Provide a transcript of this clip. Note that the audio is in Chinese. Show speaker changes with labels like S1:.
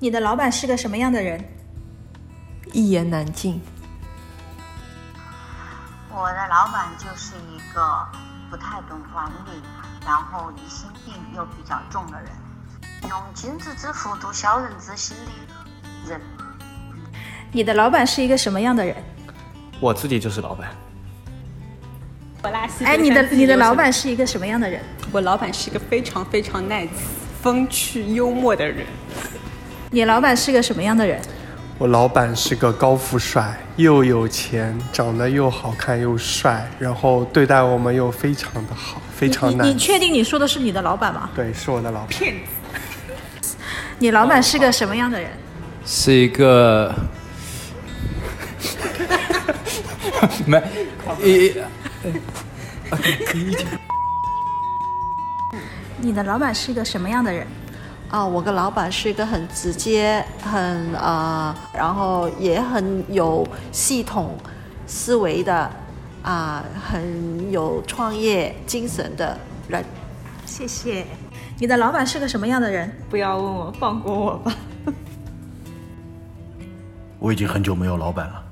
S1: 你的老板是个什么样的人？
S2: 一言难尽。
S3: 我的老板就是一个不太懂管理，然后疑心病又比较重的人。用君子之腹度小人之心的人。
S1: 你的老板是一个什么样的人？
S4: 我自己就是老板。
S5: 我拉稀。
S1: 哎，你的你的老板是一个什么样的人？
S5: 我老板是一个非常非常 nice、风趣幽默的人。
S1: 你老板是个什么样的人？
S6: 我老板是个高富帅，又有钱，长得又好看又帅，然后对待我们又非常的好，非常
S1: 你
S6: nice。
S1: 你确定你说的是你的老板吗？
S6: 对，是我的老板。
S5: 骗子。
S1: 你老板是个什么样的人？
S7: 是一个，没一
S1: 你的老板是个什么样的人？
S8: 啊，我跟老板是一个很直接、很呃，然后也很有系统思维的，啊、很有创业精神的人。
S1: 谢谢。你的老板是个什么样的人？
S5: 不要问我，放过我吧。
S9: 我已经很久没有老板了。